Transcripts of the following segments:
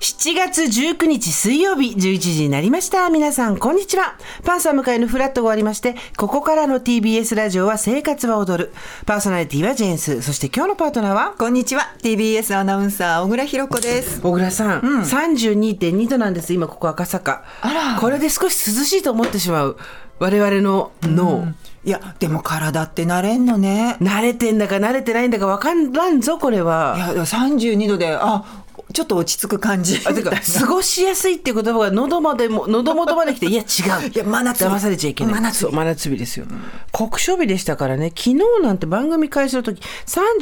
7月19日水曜日11時になりました。皆さん、こんにちは。パンサー向かいのフラットがありまして、ここからの TBS ラジオは生活は踊る。パーソナリティはジェーンス。そして今日のパートナーはこんにちは。TBS アナウンサー、小倉弘子です。小倉さん、うん、32.2度なんです。今、ここ赤坂。あら。これで少し涼しいと思ってしまう。我々の脳。うんいやでも体って慣れんのね慣れてんだか慣れてないんだか分からんぞこれはいや32度であちょっと落ち着く感じあてか過ごしやすいっていう言葉が喉まで も喉元まで来ていや違ういや真夏騙されちゃいけない真夏真夏日ですよ、酷暑日でしたからね昨日なんて番組開始の時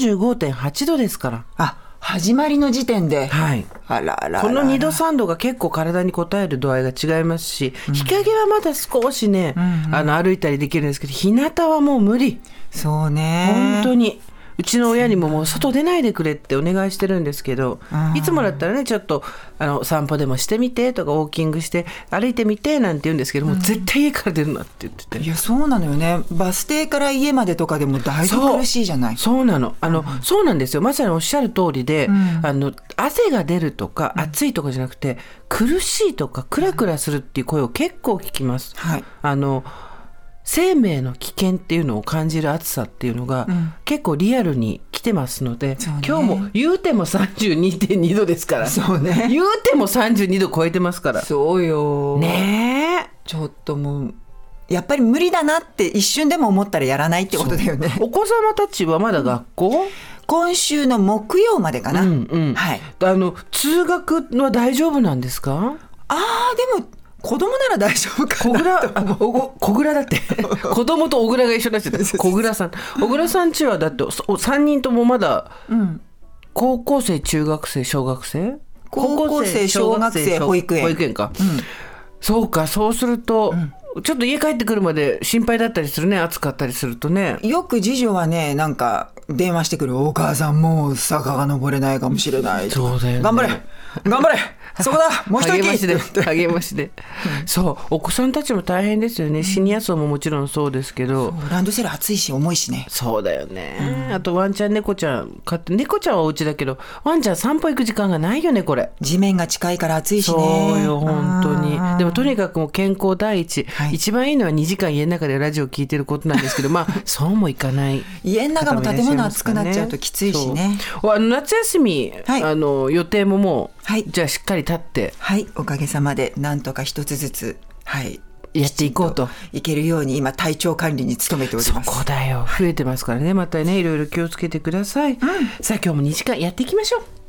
35.8度ですからあ始まりの時点で、はい、あららこの2度3度が結構体に応える度合いが違いますし、うん、日陰はまだ少しね、うんうん、あの歩いたりできるんですけど日向はもう無理そうね本当にうちの親にももう外出ないでくれってお願いしてるんですけど、うん、いつもだったらねちょっとあの散歩でもしてみてとかウォーキングして歩いてみてなんて言うんですけど、もう絶対家から出るなって言ってて、うん、いやそうなのよねバス停から家までとかでもだいぶ苦しいじゃないそうなのあの、うん、そうなんですよまさにおっしゃる通りで、あの汗が出るとか暑いとかじゃなくて、苦しいとかクラクラするっていう声を結構聞きます。はい、あの生命の危険っていうのを感じる暑さっていうのが、結構リアルに来てますので、うんね、今日も言うても32.2度ですからそうね 言うても32度超えてますからそうよねちょっともうやっぱり無理だなって一瞬でも思ったらやらないってことだよねお子様たちはまだ学校、うん今週の木曜までかな、うんうん、はい、あの通学は大丈夫なんですかあーでも子供なら大丈夫かな小倉だって 子供と小倉が一緒だし小倉さん小倉さんちはだって3人ともまだ高校生中学生小学生高校生小学生保育園保育園か、うん、そうかそうすると、うんちょっと家帰ってくるまで心配だったりするね、暑かったりするとね。よく次女はね、なんか電話してくる、お母さん、もう坂が登れないかもしれない。そうだよ、ね、頑張れ頑張 れそこだもう一息励ましで。 励ましで。そう、お子さんたちも大変ですよね。シニア層ももちろんそうですけど。ランドセル暑いし、重いしね。そうだよね。うん、あと、ワンちゃん、猫ちゃん飼って、猫ちゃんはお家だけど、ワンちゃん散歩行く時間がないよね、これ。地面が近いから暑いしね。そうよ、本当に。でも、とにかくもう健康第一。はい、一番いいのは2時間家の中でラジオ聞いてることなんですけど、 まあ、そうもいかない、ね、家の中も建物暑くなっちゃうときついしね。あの夏休み、はい、あの予定ももう、はい、じゃあしっかり立って。はい、おかげさまで、なんとか一つずつ、はい、やっていこうと。。いけるように今体調管理に努めておりますそこだよ。増えてますからね。またね、いろいろ気をつけてください。うん、さあ今日も2時間やっていきましょう。